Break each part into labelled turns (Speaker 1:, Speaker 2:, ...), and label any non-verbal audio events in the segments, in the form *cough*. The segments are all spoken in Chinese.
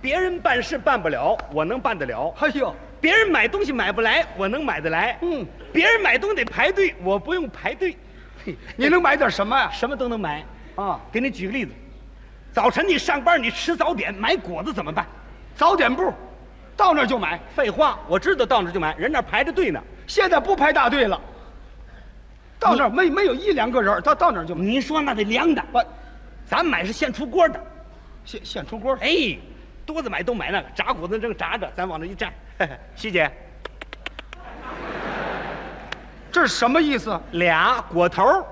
Speaker 1: 别人办事办不了，我能办得了；
Speaker 2: 哎呦，
Speaker 1: 别人买东西买不来，我能买得来。
Speaker 2: 嗯，
Speaker 1: 别人买东西得排队，我不用排队，
Speaker 2: 嘿你能买点什么呀？
Speaker 1: 什么都能买。
Speaker 2: 啊，
Speaker 1: 给你举个例子，早晨你上班你吃早点买果子怎么办？
Speaker 2: 早点部，到那儿就买。
Speaker 1: 废话，我知道到那儿就买，人那儿排着队呢。
Speaker 2: 现在不排大队了，到那儿没没有一两个人儿，到到那儿就买。
Speaker 1: 您说那得凉的，
Speaker 2: 我
Speaker 1: 咱买是现出锅的。
Speaker 2: 现现出锅儿，
Speaker 1: 哎，多子买都买那个炸果子正炸着，咱往那一站。 *laughs* 徐姐，
Speaker 2: 这是什么意思？
Speaker 1: 俩果头儿，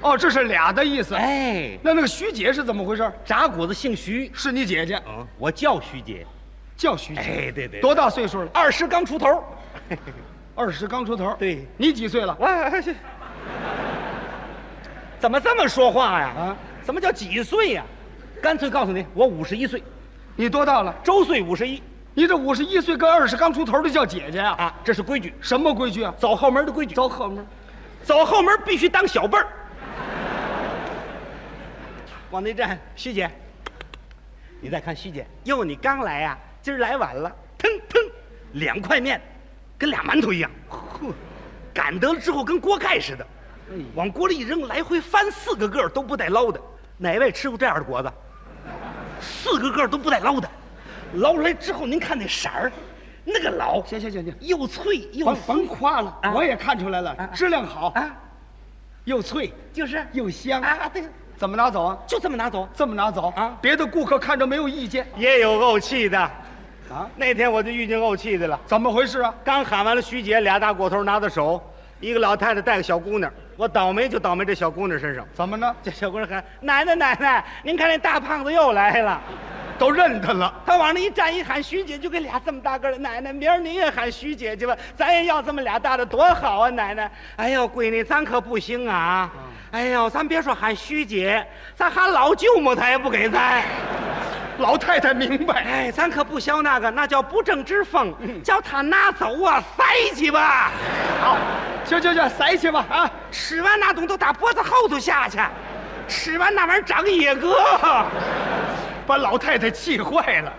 Speaker 2: 哦，这是俩的意思。
Speaker 1: 哎，
Speaker 2: 那那个徐姐是怎么回事？
Speaker 1: 炸果子姓徐，
Speaker 2: 是你姐姐，
Speaker 1: 嗯，我叫徐姐。
Speaker 2: 叫徐姐。
Speaker 1: 哎，对对，
Speaker 2: 多大岁数了？
Speaker 1: 二十刚出头儿。
Speaker 2: 二十刚出头。
Speaker 1: 对
Speaker 2: 你几岁了？
Speaker 1: 哇，是怎么这么说话呀？
Speaker 2: 啊
Speaker 1: 啊，怎么叫几岁呀？干脆告诉你，我五十一岁，
Speaker 2: 你多大了？
Speaker 1: 周岁五十一
Speaker 2: 你这五十一岁跟二十刚出头的叫姐姐啊？
Speaker 1: 啊，这是规矩，
Speaker 2: 什么规矩啊？
Speaker 1: 走后门的规矩。
Speaker 2: 走后门，
Speaker 1: 走后门必须当小辈儿。往那站，徐姐，你再看徐姐，哟，你刚来呀、今儿来晚了，腾腾，两块面，跟俩馒头一样，呵，哎擀得了之后跟锅盖似的，往锅里一扔，来回翻四个个儿都不带捞的。哪位吃过这样的果子？四个个儿都不带捞的，捞出来之后，您看那色儿，那个老，
Speaker 2: 行行行行，
Speaker 1: 又脆又
Speaker 2: 甭
Speaker 1: 酥
Speaker 2: 甭夸了，
Speaker 1: 啊
Speaker 2: 我也看出来了，质量好，
Speaker 1: 啊，
Speaker 2: 又脆
Speaker 1: 就是
Speaker 2: 又香。
Speaker 1: 啊，对。
Speaker 2: 怎么拿走啊？
Speaker 1: 就这么拿走，
Speaker 2: 这么拿走
Speaker 1: 啊
Speaker 2: 别的顾客看着没有意见
Speaker 1: 也有怄气的。
Speaker 2: 啊？
Speaker 1: 那天我就遇见怄气的了，
Speaker 2: 怎么回事啊？
Speaker 1: 刚喊完了徐姐，俩大果头拿在手，一个老太太带个小姑娘，我倒霉就倒霉这小姑娘身上。
Speaker 2: 怎么呢？
Speaker 1: 这小姑娘喊：“奶奶，奶奶，您看那大胖子又来了。
Speaker 2: 都认他了”。
Speaker 1: 她往那一站，一喊徐姐，就给俩这么大个儿的奶奶。明儿您也喊徐姐去吧，咱也要这么俩大的，多好啊，奶奶。哎呦，闺女，咱可不行啊。哎呦，咱别说喊徐姐，咱喊老舅母，她也不给咱。
Speaker 2: 老太太明白，
Speaker 1: 哎，咱可不消那个，那叫不正之风，叫他拿走啊，塞去吧，
Speaker 2: 好，行行行，塞去吧啊！
Speaker 1: 吃完那东西都打脖子后头下去，吃完那玩意儿长野哥。啊
Speaker 2: 把老太太气坏了。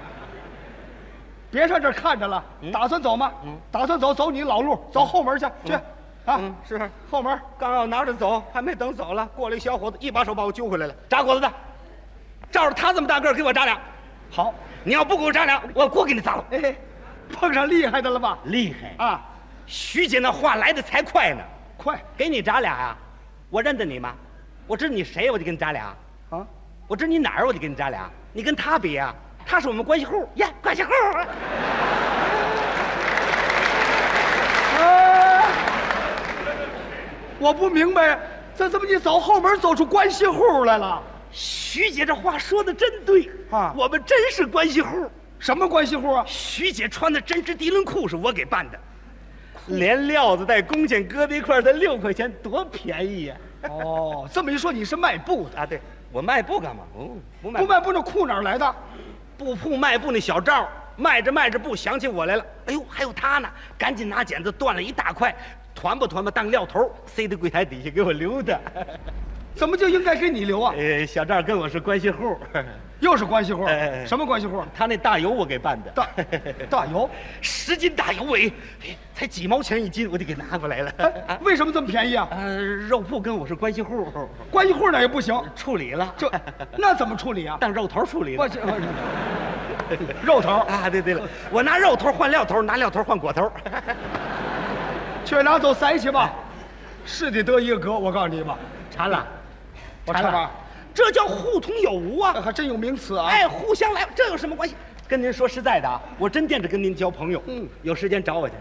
Speaker 2: 别上这儿看着了，打算走吗？打算走，走你老路，走后门去去，啊
Speaker 1: 嗯嗯，，是，
Speaker 2: 后门。
Speaker 1: 刚要拿着走，还没等走了，过来一小伙子，一把手把我揪回来了。炸果子的，照着他这么大个儿给我炸俩，
Speaker 2: 好，
Speaker 1: 你要不给我炸俩，我锅给你砸了。
Speaker 2: 哎，碰上厉害的了吧？
Speaker 1: 厉害啊！
Speaker 2: 啊，
Speaker 1: 徐姐那话来的才快呢，
Speaker 2: 快
Speaker 1: 给你炸俩呀、我认得你吗？我知道你谁，我就给你炸俩。
Speaker 2: 啊！
Speaker 1: 我知你哪儿，我就跟你咱俩。你跟他比啊，他是我们关系户呀，关系户。
Speaker 2: 哎，我不明白，这怎么你走后门走出关系户来了？
Speaker 1: 徐姐这话说的真对
Speaker 2: 啊
Speaker 1: 我们真是关系户。
Speaker 2: 什么关系户啊？
Speaker 1: 徐姐穿的针织涤纶裤是我给办的，连料子带工钱搁在一块儿才六块钱，多便宜呀、
Speaker 2: 哦， *laughs* 这么一说你是卖布的，
Speaker 1: 啊！对，我卖布干嘛？哦，不卖
Speaker 2: 不卖布那裤哪儿来的？
Speaker 1: 布铺卖布那小赵，卖着卖着布想起我来了，哎呦，还有他呢，赶紧拿剪子断了一大块，团吧团吧当料头，塞到柜台底下给我留的。
Speaker 2: 怎么就应该给你留啊？
Speaker 1: 呃，小赵跟我是关系户，
Speaker 2: 又是关系户
Speaker 1: 哎哎，哎
Speaker 2: 什么关系户？
Speaker 1: *laughs*
Speaker 2: 啊
Speaker 1: 他那大油我给办的， *laughs*
Speaker 2: 大大油，
Speaker 1: 十斤大油尾，哎才几毛钱一斤，我就给拿过来了。 *laughs*
Speaker 2: 哎为什么这么便宜啊？
Speaker 1: 呃，肉铺跟我是关系户，
Speaker 2: 关系户哪也不行，
Speaker 1: 处理了， *laughs*
Speaker 2: 这那怎么处理啊？
Speaker 1: 当肉头处理
Speaker 2: 我
Speaker 1: 了。
Speaker 2: 这肉头
Speaker 1: *laughs* 啊，对对了，我拿肉头换料头，拿料头换果头。 *laughs*
Speaker 2: 去拿走塞去吧，是得得一个格，我告诉你吧，
Speaker 1: 馋了，
Speaker 2: 我
Speaker 1: 馋
Speaker 2: 看
Speaker 1: 了
Speaker 2: 吧，，
Speaker 1: 这叫互通有无啊！
Speaker 2: 还真有名词啊。
Speaker 1: 哎，互相来，这有什么关系？跟您说实在的啊，我真惦着跟您交朋友。
Speaker 2: 嗯
Speaker 1: 嗯，有时间找我去，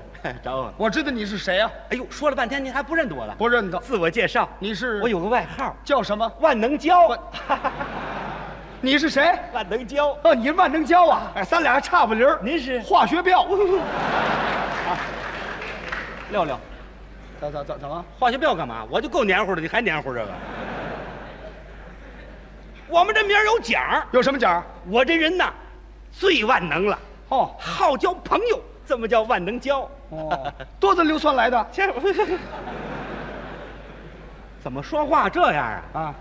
Speaker 1: 找我。
Speaker 2: 我知道你是谁啊，
Speaker 1: 哎呦，说了半天您还不认得我了？
Speaker 2: 不认得，
Speaker 1: 自我介绍，
Speaker 2: 你是
Speaker 1: 我有个外号，
Speaker 2: 叫什么？
Speaker 1: 嗯万能胶，
Speaker 2: 你是谁？
Speaker 1: 万能胶。
Speaker 2: 哦，你是万能胶啊？哎，咱俩还差不离儿。
Speaker 1: 您是
Speaker 2: 化学标？
Speaker 1: 廖廖，
Speaker 2: 怎怎怎怎么？
Speaker 1: 化学表干嘛？我就够黏糊的，你还黏糊 *laughs* 这个？我们这名儿有奖儿，
Speaker 2: 有什么奖？
Speaker 1: 我这人呐，最万能了，
Speaker 2: 哦
Speaker 1: 好交朋友，这么叫万能交。
Speaker 2: *laughs* 哦，多子硫酸来的
Speaker 1: *laughs* 切，怎么说话这样啊？
Speaker 2: 啊？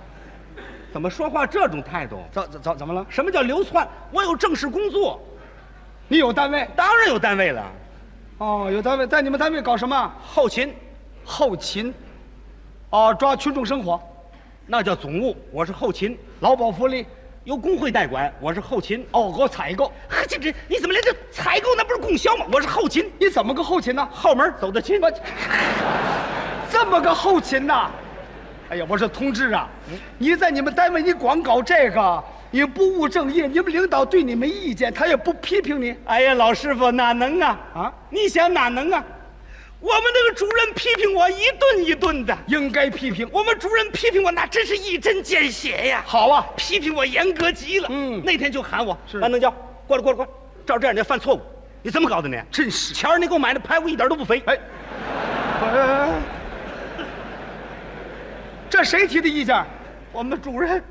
Speaker 1: 怎么说话这种态度？
Speaker 2: 怎怎怎怎么了？
Speaker 1: 什么叫流窜？我有正式工作，
Speaker 2: 你有单位？
Speaker 1: 当然有单位了，
Speaker 2: 哦，有单位，在你们单位搞什么？
Speaker 1: 后勤，
Speaker 2: 后勤，哦，抓群众生活，
Speaker 1: 那叫总务，我是后勤，
Speaker 2: 劳保福利，
Speaker 1: 由工会代管，我是后勤。
Speaker 2: 哦，给我采购。
Speaker 1: 呵， *laughs* 这这你怎么连这采购那不是供销吗？我是后勤，
Speaker 2: 你怎么个后勤呢？
Speaker 1: 后门走得亲。
Speaker 2: 我这么个后勤呐？哎呀，我说同志啊，你在你们单位你光搞这个，你不务正业，你们领导对你没意见，他也不批评你
Speaker 1: 哎呀，老师傅哪能啊
Speaker 2: 啊
Speaker 1: 啊！你想哪能啊？我们那个主任批评我一顿一顿的，
Speaker 2: 应该批评。
Speaker 1: 我们主任批评我那真是一针见血呀，
Speaker 2: 好啊，
Speaker 1: 批评我严格极了。
Speaker 2: 嗯
Speaker 1: 那天就喊我，
Speaker 2: 是
Speaker 1: 万能胶，过来过来过来，照这样你犯错误，你怎么搞的你？
Speaker 2: 真是。
Speaker 1: 前儿你给我买的排骨一点都不肥，
Speaker 2: 哎，哎，这谁提的意见？
Speaker 1: 我们主任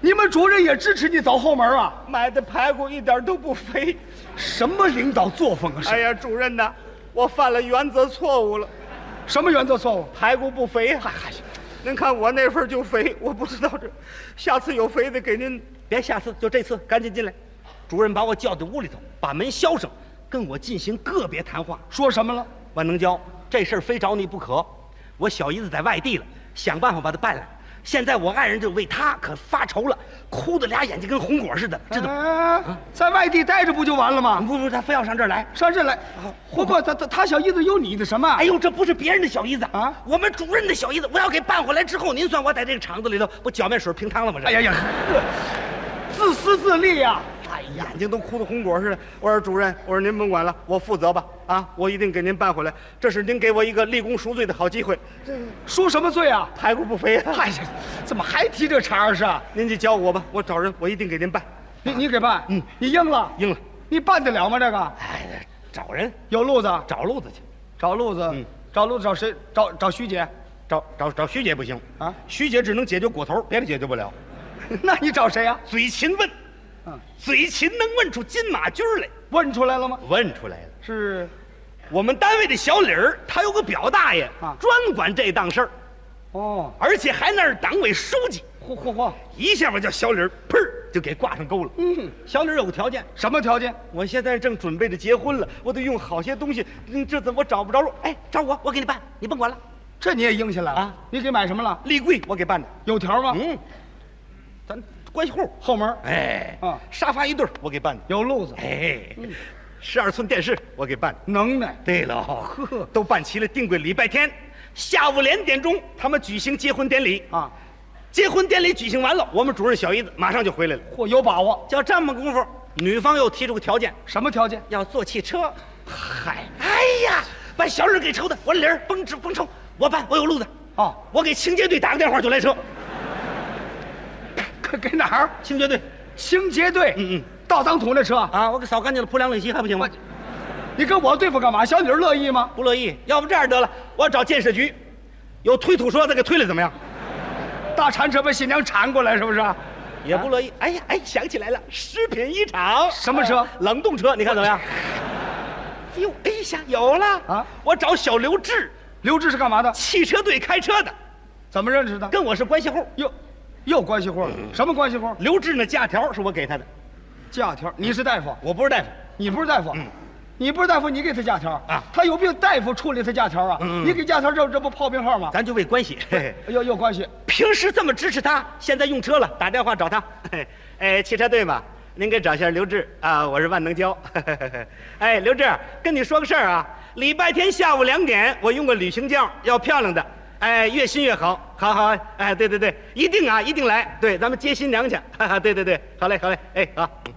Speaker 2: 你们主任也支持你走后门啊？
Speaker 1: 买的排骨一点都不肥。
Speaker 2: 什么领导作风啊？是、
Speaker 1: 哎呀，主任呐，我犯了原则错误了，
Speaker 2: 什么原则错误？
Speaker 1: 排骨不肥啊呀。您看我那份儿就肥，我不知道这，下次有肥的给您。别下次，就这次，赶紧进来。主任把我叫到屋里头，把门销上，跟我进行个别谈话。
Speaker 2: 说什么了？
Speaker 1: 万能胶，这事儿非找你不可。我小姨子在外地了，想办法把她办来。现在我爱人就为她可发愁了，哭的俩眼睛跟红果似的。这怎么？
Speaker 2: 哎在外地待着不就完了吗？
Speaker 1: 不不，她非要上这儿来。
Speaker 2: 上这来，不不，他他他小姨子有你的什么？
Speaker 1: 哎呦，这不是别人的小姨子
Speaker 2: 啊
Speaker 1: 我们主任的小姨子。我要给办回来之后，您算我在这个厂子里头不搅面水平汤了吗？这
Speaker 2: 哎呀呀， *laughs* 自私自利呀、
Speaker 1: 哎呀，眼睛都哭得红果似的。我说主任，我说您甭管了，我负责吧，啊，我一定给您办回来。这是您给我一个立功赎罪的好机会，
Speaker 2: 说什么罪啊？
Speaker 1: 排骨不肥啊！
Speaker 2: *laughs* 哎呀，怎么还提这茬儿是？
Speaker 1: 您就教我吧，我找人，我一定给您办。
Speaker 2: 你你给办？
Speaker 1: 嗯
Speaker 2: 你应了？
Speaker 1: 应了。
Speaker 2: 你办得了吗？这个
Speaker 1: 哎，找人，
Speaker 2: 有路子？
Speaker 1: 找路子去，嗯
Speaker 2: 找路子？找路子找谁？找找徐姐？ *laughs*
Speaker 1: 找找找徐姐不行
Speaker 2: 啊
Speaker 1: 徐姐只能解决果头，别的解决不了。
Speaker 2: 那你找谁呀、
Speaker 1: 嘴勤问，
Speaker 2: 嗯，
Speaker 1: 嘴勤能问出金马驹儿来，
Speaker 2: 问出来了吗？
Speaker 1: 问出来了。
Speaker 2: 是，
Speaker 1: 我们单位的小李儿，他有个表大爷，
Speaker 2: 啊
Speaker 1: 专管这档事儿，
Speaker 2: 哦，
Speaker 1: 而且还那是党委书记。
Speaker 2: 嚯嚯嚯，
Speaker 1: 一下我叫小李儿，砰儿就给挂上钩了。
Speaker 2: 嗯，
Speaker 1: 小李儿有个条件，
Speaker 2: 什么条件？
Speaker 1: 我现在正准备着结婚了，我得用好些东西，嗯，这怎么我找不着路？哎，找我，我给你办，你甭管了。
Speaker 2: 这你也应下来了？
Speaker 1: 啊
Speaker 2: 你给买什么了？
Speaker 1: 立柜我给办的，
Speaker 2: 有条吗？
Speaker 1: 嗯，咱关系户，
Speaker 2: 后门
Speaker 1: 哎，
Speaker 2: 啊嗯
Speaker 1: 沙发一对儿我给办的，
Speaker 2: 有路子，
Speaker 1: 哎，十二寸电视我给办的。
Speaker 2: 能耐。
Speaker 1: 对了，
Speaker 2: 呵
Speaker 1: 都办齐了，定个礼拜天下午两点钟，他们举行结婚典礼。
Speaker 2: 啊，
Speaker 1: 结婚典礼举行完了，我们主任小姨子马上就回来了。
Speaker 2: 嚯，有把握。
Speaker 1: 就这么功夫，女方又提出个条件，
Speaker 2: 什么条件？ *laughs*
Speaker 1: 要坐汽车。嗨，哎呀，把小李给愁的，我说李儿甭直甭愁，我办，我有路子。
Speaker 2: 哦，
Speaker 1: 我给清洁队打个电话就来车。
Speaker 2: 给给哪儿？
Speaker 1: 清洁队
Speaker 2: 清洁队。
Speaker 1: 嗯嗯，
Speaker 2: 倒脏土那车。
Speaker 1: 啊，我给扫干净了，铺两垒席还不行吗
Speaker 2: 我？你跟我对付干嘛？小李儿乐意吗？
Speaker 1: 不乐意，要不这样得了，我找建设局，有推土车再给推了怎么样？
Speaker 2: 啊大铲车把新娘铲过来是不是？
Speaker 1: 也不乐意。哎呀，哎，想起来了，食品一厂
Speaker 2: 什么车
Speaker 1: 啊冷冻车，你看怎么样？哟，哎一下有了
Speaker 2: 啊
Speaker 1: 啊！我找小刘志，
Speaker 2: 刘志是干嘛的？
Speaker 1: 汽车队开车的，
Speaker 2: 怎么认识的？
Speaker 1: 跟我是关系户。
Speaker 2: 又，又关系户儿？
Speaker 1: 嗯
Speaker 2: 什么关系户儿？
Speaker 1: 刘志那假条是我给他的，
Speaker 2: 假条儿。你是大夫，
Speaker 1: 我不是大夫。
Speaker 2: 你不是大夫，你不是大夫，你给他假条儿
Speaker 1: 嗯啊
Speaker 2: 他有病，大夫处理他假条儿啊。
Speaker 1: 嗯嗯
Speaker 2: 你给假条儿，这这不泡病号吗？哎
Speaker 1: 咱就为关系，嘿嘿
Speaker 2: 有有关系。
Speaker 1: 平时这么支持他，现在用车了，打电话找他。嘿 *laughs* 哎，汽车队嘛，您给找一下刘志啊，我是万能胶。 *laughs* 哎，刘志，跟你说个事儿啊，礼拜天下午两点，我用个旅行轿，要漂亮的，哎，越新越好。好好，哎，对对对，一定啊，一定来。对，咱们接新娘去。哈 *laughs* 哈，对对对，好嘞，好嘞，哎，好。嗯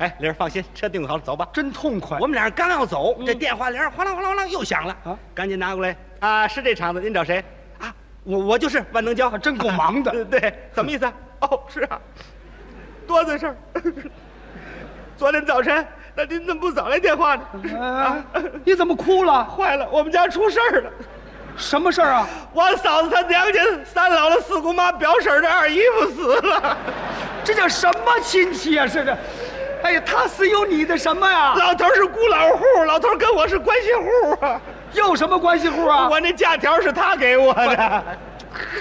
Speaker 1: 哎，刘儿放心，车定好了，走吧。
Speaker 2: 真痛快嗯
Speaker 1: 我！们俩人刚要走，这电话铃儿哗啦哗啦哗啦又响了，
Speaker 2: 啊
Speaker 1: 赶紧拿过来啊！是这厂子，您找谁？啊，我我就是万能胶，
Speaker 2: 啊真够忙的
Speaker 1: 呃 *laughs* 对，怎么意思
Speaker 2: *laughs*
Speaker 1: 啊？哦，是啊，多的事儿。 *laughs* 昨天早晨，那您怎么不早来电话呢？啊
Speaker 2: 哎，你怎么哭
Speaker 1: *laughs*
Speaker 2: 了？
Speaker 1: 坏了，我们家出事儿了，
Speaker 2: 什么事儿啊？
Speaker 1: 我嫂子她娘家三姥姥、四姑妈、表婶儿的二姨夫死了，
Speaker 2: 这叫什么亲戚呀、是这，哎呀，他死有你的什么呀？
Speaker 1: 老头儿是孤老户，老头儿跟我是关系户啊，
Speaker 2: *laughs* 有什么关系户
Speaker 1: *laughs*
Speaker 2: 啊？
Speaker 1: 我那假条是他给我的。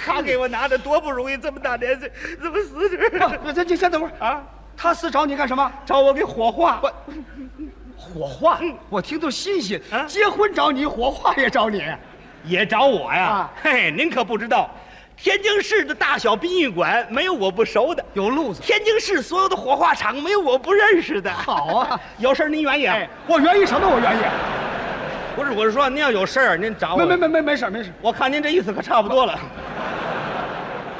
Speaker 3: 他给我拿的多不容易，这么大年纪怎么死去
Speaker 2: 不，啊不这这先等会儿
Speaker 3: 啊？
Speaker 2: 他是找你干什么？
Speaker 3: 找我给火化？
Speaker 2: 我嗯火化，我听都新鲜。
Speaker 3: 啊
Speaker 2: 结婚找你，火化也找你。
Speaker 1: *laughs* 也找我呀？
Speaker 2: 啊
Speaker 1: 嘿，您可不知道，天津市的大小殡仪馆没有我不熟的，
Speaker 2: 有路子。
Speaker 1: 天津市所有的火化场没有我不认识的。
Speaker 2: 好啊，
Speaker 1: 有事儿您原也、
Speaker 2: *laughs* 哎，我愿意什么？我愿意。
Speaker 1: 不是，我是说您要有事儿您找我。
Speaker 2: 没没没没没事儿没事儿，
Speaker 1: 我看您这意思可差不多了。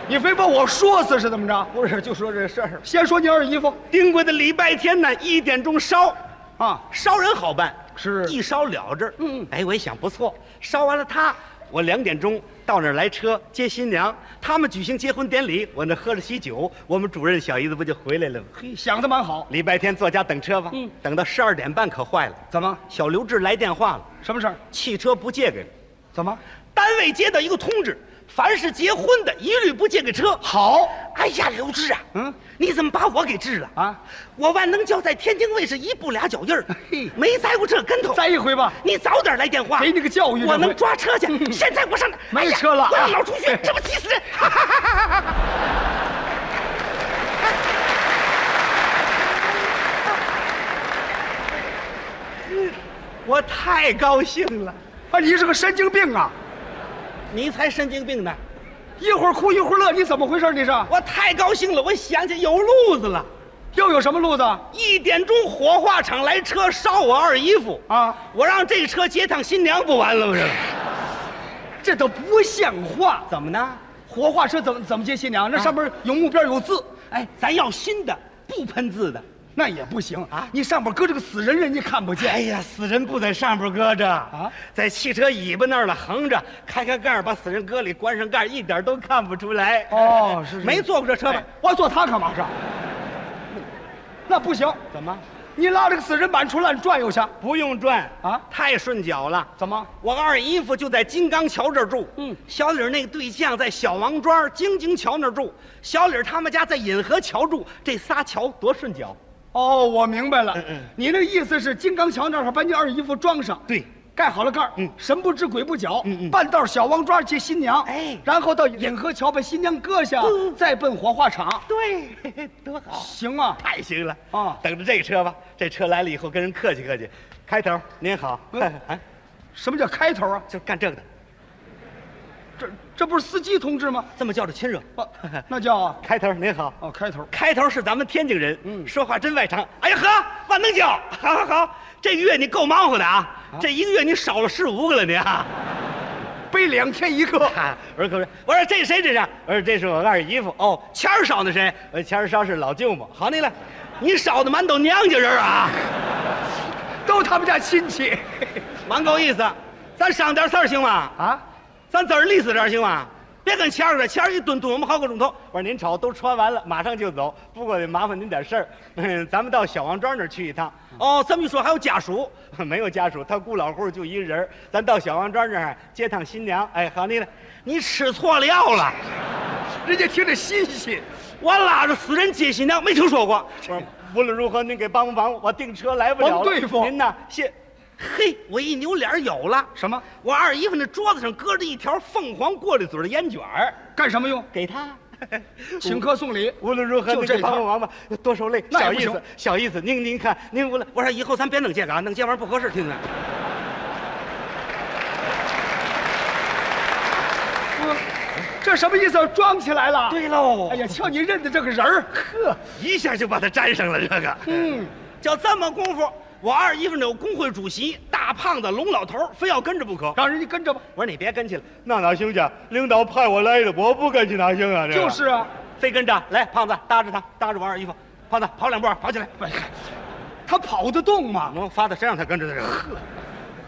Speaker 2: 你非把我说死是怎么着？
Speaker 1: 不是，就说这事儿。
Speaker 2: 先说你二姨夫
Speaker 1: 丁国的礼拜天呢，一点钟烧，
Speaker 2: 啊，
Speaker 1: 烧人好办，
Speaker 2: 是
Speaker 1: 一烧了之。
Speaker 2: 嗯嗯
Speaker 1: 哎，我一想不错，烧完了他，我两点钟到那儿来车接新娘，他们举行结婚典礼，我那喝了喜酒，我们主任小姨子不就回来了吗？
Speaker 2: 嘿，想的蛮好。
Speaker 1: 礼拜天坐家等车吧，
Speaker 2: 嗯
Speaker 1: 等到十二点半可坏了，
Speaker 2: 怎么？
Speaker 1: 小刘志来电话了，
Speaker 2: 什么事儿？
Speaker 1: 汽车不借给了，
Speaker 2: 怎么？
Speaker 1: 单位接到一个通知，凡是结婚的一律不借给车。
Speaker 2: 好，
Speaker 1: 哎呀，刘志啊，
Speaker 2: 嗯，
Speaker 1: 你怎么把我给治了
Speaker 2: 啊？
Speaker 1: 我万能胶在天津卫视一步俩脚印儿
Speaker 2: 嘿，
Speaker 1: 没栽过这跟头。
Speaker 2: 再一回吧。
Speaker 1: 你早点来电话，
Speaker 2: 给你个教育
Speaker 1: 我
Speaker 2: 这
Speaker 1: 能
Speaker 2: 回嗯
Speaker 1: 抓车去。现在我上哪？
Speaker 2: 没
Speaker 1: 哎呀
Speaker 2: 车了啊
Speaker 1: 我要老出
Speaker 2: *laughs*
Speaker 1: 去，这不气死人！ *laughs* 我太高兴了，
Speaker 2: 啊，你是个神经病啊！
Speaker 1: 你才神经病呢！
Speaker 2: 一会儿哭一会儿乐，你怎么回事？你是
Speaker 1: 我太高兴了，我想起有路子了。
Speaker 2: 又有什么路子
Speaker 1: 一点钟火化场来车烧我二姨夫啊！
Speaker 2: 啊？
Speaker 1: 我让这车接趟新娘不完了不是？
Speaker 2: 这都不像话！
Speaker 1: 怎么呢？
Speaker 2: 活化车怎么怎么接新
Speaker 1: 啊
Speaker 2: 娘？那上面有目标有字，
Speaker 1: 哎，咱要新的，不喷字的。
Speaker 2: 那也不行
Speaker 1: 啊
Speaker 2: 啊！你上边搁这个死人，人家看不见。
Speaker 1: 哎呀，死人不在上边搁着啊
Speaker 2: 啊，
Speaker 1: 在汽车尾巴那儿了，横着开开盖儿，把死人搁里，关上盖儿，一点都看不出来。
Speaker 2: 哦，是是
Speaker 1: 没坐过这车吧？
Speaker 2: 我坐他干嘛去？那不行，
Speaker 1: 怎么？
Speaker 2: 你拉这个死人满处乱转悠去
Speaker 1: 不用转啊
Speaker 2: 啊，
Speaker 1: 太顺脚了。
Speaker 2: 怎么？
Speaker 1: 我二姨夫就在金刚桥这儿住，嗯
Speaker 2: 嗯，
Speaker 1: 小李儿那个对象在小王庄京津桥那儿住，小李儿他们家在引河桥住，这仨桥多顺脚。
Speaker 2: 哦，我明白了
Speaker 1: 嗯嗯，
Speaker 2: 你那意思是金刚桥那儿把你二姨夫装上，
Speaker 1: 对，
Speaker 2: 盖好了盖儿
Speaker 1: 嗯
Speaker 2: 神不知鬼不觉
Speaker 1: 嗯嗯，
Speaker 2: 半道小王庄接新娘，
Speaker 1: 哎
Speaker 2: 然后到引河桥把新娘搁下
Speaker 1: 嗯，
Speaker 2: 再奔火化场，
Speaker 1: 对，嘿嘿多好，
Speaker 2: 行啊？
Speaker 1: 太行了啊
Speaker 2: 啊！
Speaker 1: 等着这个车吧，这车来了以后跟人客气客气。开头您好， *laughs*
Speaker 2: 嗯
Speaker 1: 哎，
Speaker 2: 什么叫开头啊？
Speaker 1: 就是干这个的，
Speaker 2: 这这不是司机同志吗？
Speaker 1: 这么叫着亲热。
Speaker 2: 不，
Speaker 1: *laughs*
Speaker 2: 那叫啊
Speaker 1: 开头您好，
Speaker 2: 哦，开头
Speaker 1: 开头是咱们天津人，
Speaker 2: 嗯
Speaker 1: 说话真外长。哎呀呵，万能脚，好好好，这个月你够忙活的啊，这一个月你少了十五个了你啊。
Speaker 2: 背两天一个，
Speaker 1: 啊我说可不是，我说这谁这是？我呃说这是我二姨夫。哦，钱儿少那谁？我说钱儿少是老舅母。好你了，你少的满都娘家人儿啊，
Speaker 2: 都他们家亲戚 *laughs*
Speaker 1: 蛮够意思。咱赏点事儿行吗？
Speaker 2: 啊。
Speaker 1: 咱自个儿利索点儿行吗？别跟钱儿似的，钱儿一顿顿我们好个钟头。我说您瞅，都穿完了，马上就走。不过得麻烦您点事儿，嗯，咱们到小王庄那儿去一趟。哦，这么一说还有家属，没有家属，他孤老户就一人儿。咱到小王庄那儿接趟新娘。哎，好你了，你吃错料了。
Speaker 2: 人家听着新鲜，
Speaker 1: 我拉着死人接新娘，没听说过。我说无论如何，您给帮帮忙，我订车来不了了。
Speaker 2: 甭对付
Speaker 1: 您呐，谢。嘿，我一扭脸儿有了
Speaker 2: 什么
Speaker 1: 我二姨夫那桌子上搁着一条凤凰过滤嘴的烟卷儿，
Speaker 2: 干什么用？
Speaker 1: 给他。
Speaker 2: 请客送礼，
Speaker 1: *laughs* 无论如何，
Speaker 2: 就
Speaker 1: 您
Speaker 2: 这
Speaker 1: 给帮
Speaker 2: 套
Speaker 1: 帮忙吧，多受累。
Speaker 2: 那也
Speaker 1: 小
Speaker 2: 不
Speaker 1: 意思
Speaker 2: 行，
Speaker 1: 小意思。您您看，您无论我说以后咱别弄这个啊，弄这玩意儿不合适，听着。
Speaker 2: 不嗯这什么意思？装起来了？
Speaker 1: *laughs* 对喽，
Speaker 2: 哎呀，瞧你认得这个人儿，呵，
Speaker 1: 一下就把他粘上了这个。
Speaker 2: 嗯，
Speaker 1: 就这么功夫，我二姨夫那有工会主席大胖子龙老头儿非要跟着不可。
Speaker 2: 让人家跟着吧。
Speaker 1: 我说你别跟去了，那哪行去？啊领导派我来的，我不跟去哪行啊？这
Speaker 2: 就是啊，
Speaker 1: 非跟着来，胖子搭着他，搭着我二姨夫，胖子跑两步，啊跑起来。
Speaker 2: 哎他跑得动吗？
Speaker 1: 能发到身上，他跟着他这个。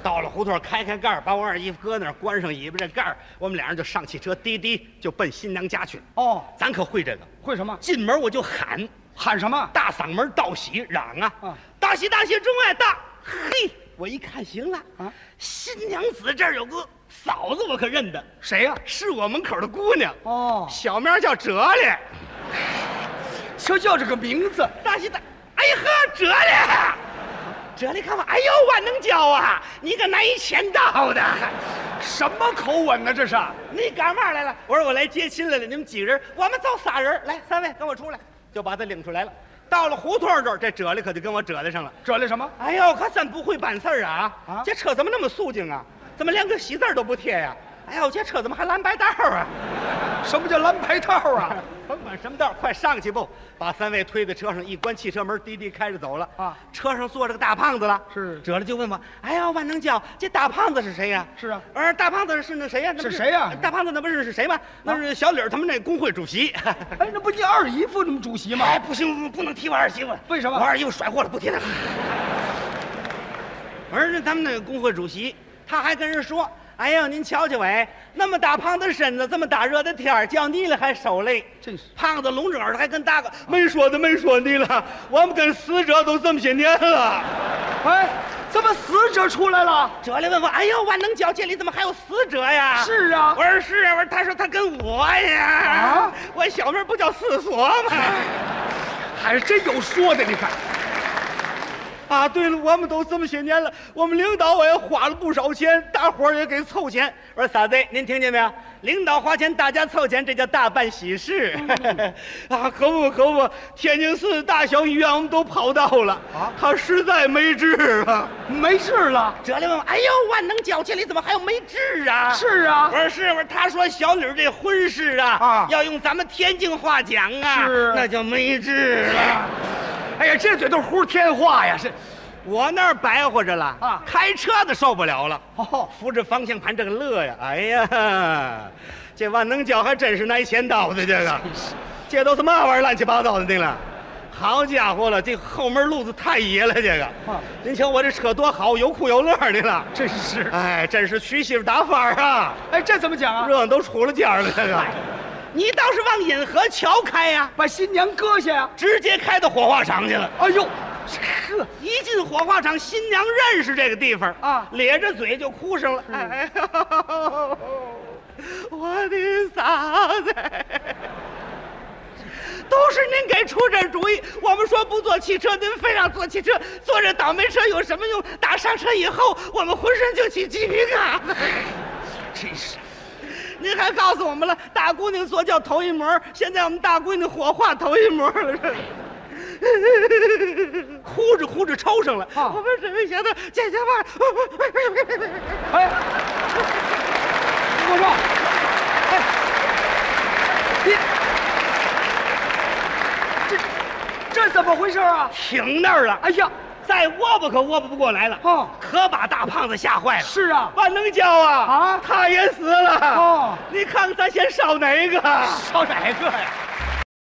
Speaker 1: 到了胡同，开开盖儿，把我二姨夫搁那儿，关上尾巴这盖儿，我们俩人就上汽车，滴滴就奔新娘家去了。
Speaker 2: 哦，
Speaker 1: 咱可会这个，
Speaker 2: 会什么？
Speaker 1: 进门我就喊，
Speaker 2: 喊什么？
Speaker 1: 大嗓门道喜嚷啊，
Speaker 2: 啊
Speaker 1: 大喜大喜，钟爱大。嘿，我一看行了
Speaker 2: 啊
Speaker 1: 新娘子这儿有个嫂子，我可认得。
Speaker 2: 谁呀、
Speaker 1: 是我门口的姑娘，
Speaker 2: 哦
Speaker 1: 小名叫哲嘞，
Speaker 2: 就叫这个名字，
Speaker 1: 大喜大，哎呀呵，哲嘞，啊哲嘞，看我，哎呦，万能胶啊，你可难以前到的，
Speaker 2: 什么口吻呢？这是
Speaker 1: 你干嘛来了？我说我来接亲来了。你们几个人？我们就仨人。来，三位跟我出来，就把他领出来了。到了胡同这儿，这褶里可就跟我褶子上了。
Speaker 2: 这里什么？
Speaker 1: 哎呦，可真不会办事儿啊！
Speaker 2: 啊
Speaker 1: 这车怎么那么肃静啊？怎么连个喜字儿都不贴呀、哎呦，这车怎么还蓝白道儿啊？
Speaker 2: 什么叫蓝牌套 *laughs* 啊？
Speaker 1: *laughs* 甭管什么道儿，快上去不？把三位推在车上，一关汽车门，滴滴开着走了。
Speaker 2: 啊
Speaker 1: 车上坐着个大胖子了。
Speaker 2: 是
Speaker 1: 褶子就问我：“哎呀，万能胶，这大胖子是谁呀、
Speaker 2: 是啊
Speaker 1: 我说大胖子是那谁呀、那不
Speaker 2: 是谁呀啊
Speaker 1: 大胖子那不是是谁吗？那是小李儿他们那工会主席。
Speaker 2: 哎，那不你二姨夫你们主席吗？
Speaker 1: 哎，不行，不能提我二媳妇。
Speaker 2: 为什么
Speaker 1: 我二媳妇甩货了，不提了。我说这他们那个工会主席，他还跟人说：“哎呀，您瞧瞧，喂，那么大胖子身子，这么大热的天儿，叫你了还受累。”
Speaker 2: 真是
Speaker 1: 胖子聋着耳朵还跟大哥没说的没说你了，我们跟死者都这么些年了。
Speaker 2: 哎，怎么死者出来了？
Speaker 1: 哲来问我，哎呦，万能交界里怎么还有死者呀？
Speaker 2: 是啊
Speaker 1: 我说是啊，我说他说他跟我呀，
Speaker 2: 啊
Speaker 1: 我小名不叫四所吗？ *laughs*
Speaker 2: 还真有说的，你看，
Speaker 1: 啊，对了，我们都这么些年了，我们领导我也花了不少钱，大伙儿也给凑钱。我说傻子，您听见没有？领导花钱，大家凑钱，这叫大办喜事。 *laughs* 啊，可不可不，天津市大小医院我们都跑到了，
Speaker 2: 啊
Speaker 1: 他实在没治啊。
Speaker 2: 没事了。
Speaker 1: 哲理问我，哎呦，万能脚气里怎么还有没治啊？
Speaker 2: 是啊
Speaker 1: 我，说是，我说他说小李儿这婚事啊，
Speaker 2: 啊
Speaker 1: 要用咱们天津话讲啊，
Speaker 2: 是
Speaker 1: 那叫没治了。
Speaker 2: 哎呀，这嘴都胡天话呀，是。
Speaker 1: 我那儿白活着了
Speaker 2: 啊
Speaker 1: 开车的受不了了，
Speaker 2: 哦，
Speaker 1: 扶着方向盘这个乐呀，哎呀，这万能脚还真是拿钱刀的这个，这都是嘛玩意儿乱七八糟的这了。好家伙了，这后门路子太野了，这个。
Speaker 2: 啊
Speaker 1: 您瞧我这车多好，有哭有乐的了。
Speaker 2: 真是。
Speaker 1: 哎，真是娶媳妇打法儿啊，
Speaker 2: 哎，这怎么讲啊？
Speaker 1: 热闹都出了尖儿了，这个。你倒是往引河桥开呀、
Speaker 2: 把新娘搁下呀、
Speaker 1: 直接开到火化场去了。
Speaker 2: 哎呦，呵，
Speaker 1: 一进火化场，新娘认识这个地方
Speaker 2: 啊
Speaker 1: 咧着嘴就哭上了。哎呦， *laughs* 我的嫂子，都是您给出这主意。我们说不坐汽车，您非让坐汽车，坐这倒霉车有什么用？打上车以后，我们浑身就起鸡皮疙瘩。
Speaker 2: 真是。
Speaker 1: 您还告诉我们了，大姑娘坐轿头一模，现在我们大姑娘火化头一模了。 *laughs* 哭着哭着抽上了，
Speaker 2: 啊
Speaker 1: 我们准备想到姐姐吧，
Speaker 2: 哎，我说，哎，你这这怎么回事啊？
Speaker 1: 停那儿了，
Speaker 2: 哎呀，
Speaker 1: 再窝吧可窝吧不过来了，
Speaker 2: 哦
Speaker 1: 可把大胖子吓坏了。
Speaker 2: 是啊，
Speaker 1: 万能胶啊，
Speaker 2: 啊
Speaker 1: 他也死了。
Speaker 2: 哦
Speaker 1: 你看看咱先烧哪个？
Speaker 2: 烧哪个呀？